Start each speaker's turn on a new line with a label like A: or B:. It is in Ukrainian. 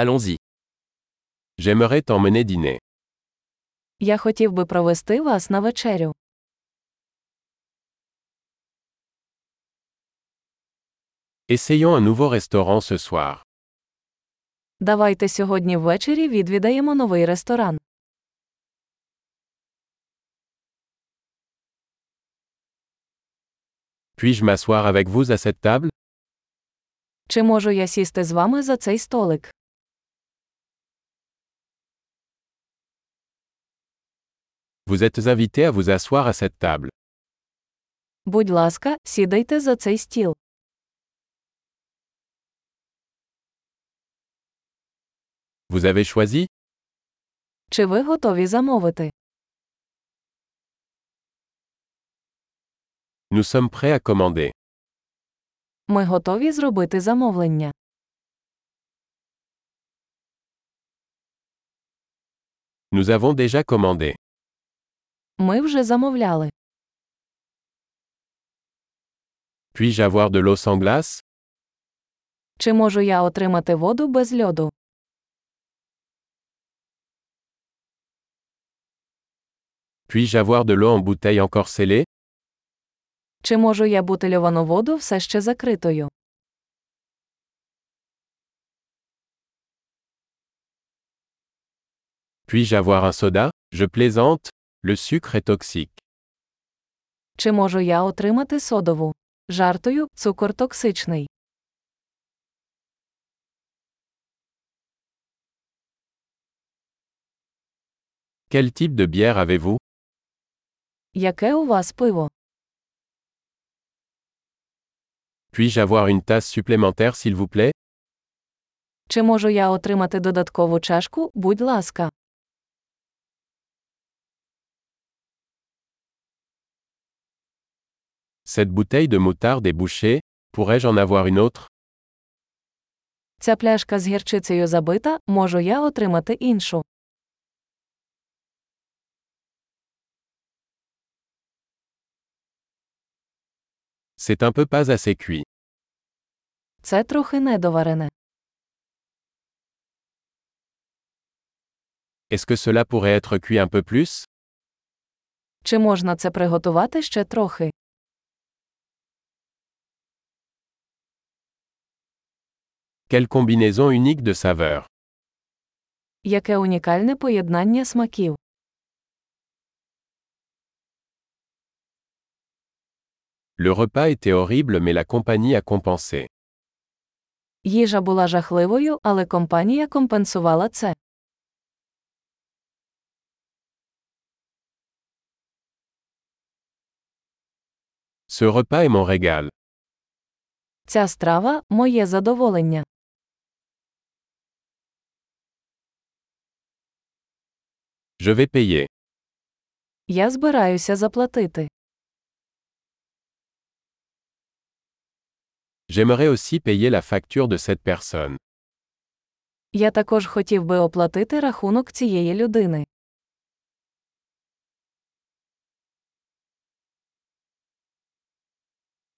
A: Allons-y. J'aimerais t'emmener dîner.
B: Я хотів би провести вас на вечерю.
A: Essayons un nouveau restaurant ce soir.
B: Давайте сьогодні ввечері відвідаємо новий ресторан.
A: Puis-je m'asseoir avec vous à cette table
B: Чи можу я сісти з вами за цей столик?
A: Vous êtes invité à vous asseoir à cette table.
B: Будь ласка, сідайте за цей стіл.
A: Vous avez choisi
B: Чи ви готові замовити?
A: Nous sommes prêts à commander.
B: Ми готові зробити замовлення.
A: Nous avons déjà commandé.
B: Ми вже замовляли.
A: Puis-je avoir de l'eau sans glace
B: Чи можу я отримати воду без льоду?
A: Puis-je avoir de l'eau en bouteille encore scellée
B: Чи можу я бутильовану воду все ще закритою?
A: Puis-je avoir un soda Je plaisante. Le sucre est toxique.
B: Чи можу я отримати содову? Жартою, цукор токсичний.
A: Quel type de bière avez-vous
B: Яке у вас пиво?
A: Puis-je avoir une tasse supplémentaire s'il vous plaît
B: Чи можу я отримати додаткову чашку, будь ласка.
A: Cette bouteille de moutarde est bouchée. Pourrais-je en avoir une autre
B: Ця пляшка з гірчицею забита, можу я отримати іншу.
A: C'est un peu pas assez cuit.
B: Це трохи недоварене.
A: Est-ce que cela pourrait être cuit un peu plus
B: Чи можна це приготувати ще трохи?
A: Quelle combinaison unique de saveurs.
B: Яке унікальне поєднання смаків.
A: Le repas était horrible mais la compagnie a compensé.
B: Їжа була жахливою, але компанія компенсувала це.
A: Ce repas est mon régal.
B: Ця страва моє задоволення.
A: Je vais payer.
B: Я збираюся заплатити.
A: J'aimerais aussi payer la facture de cette personne.
B: Я також хотів би оплатити рахунок цієї людини.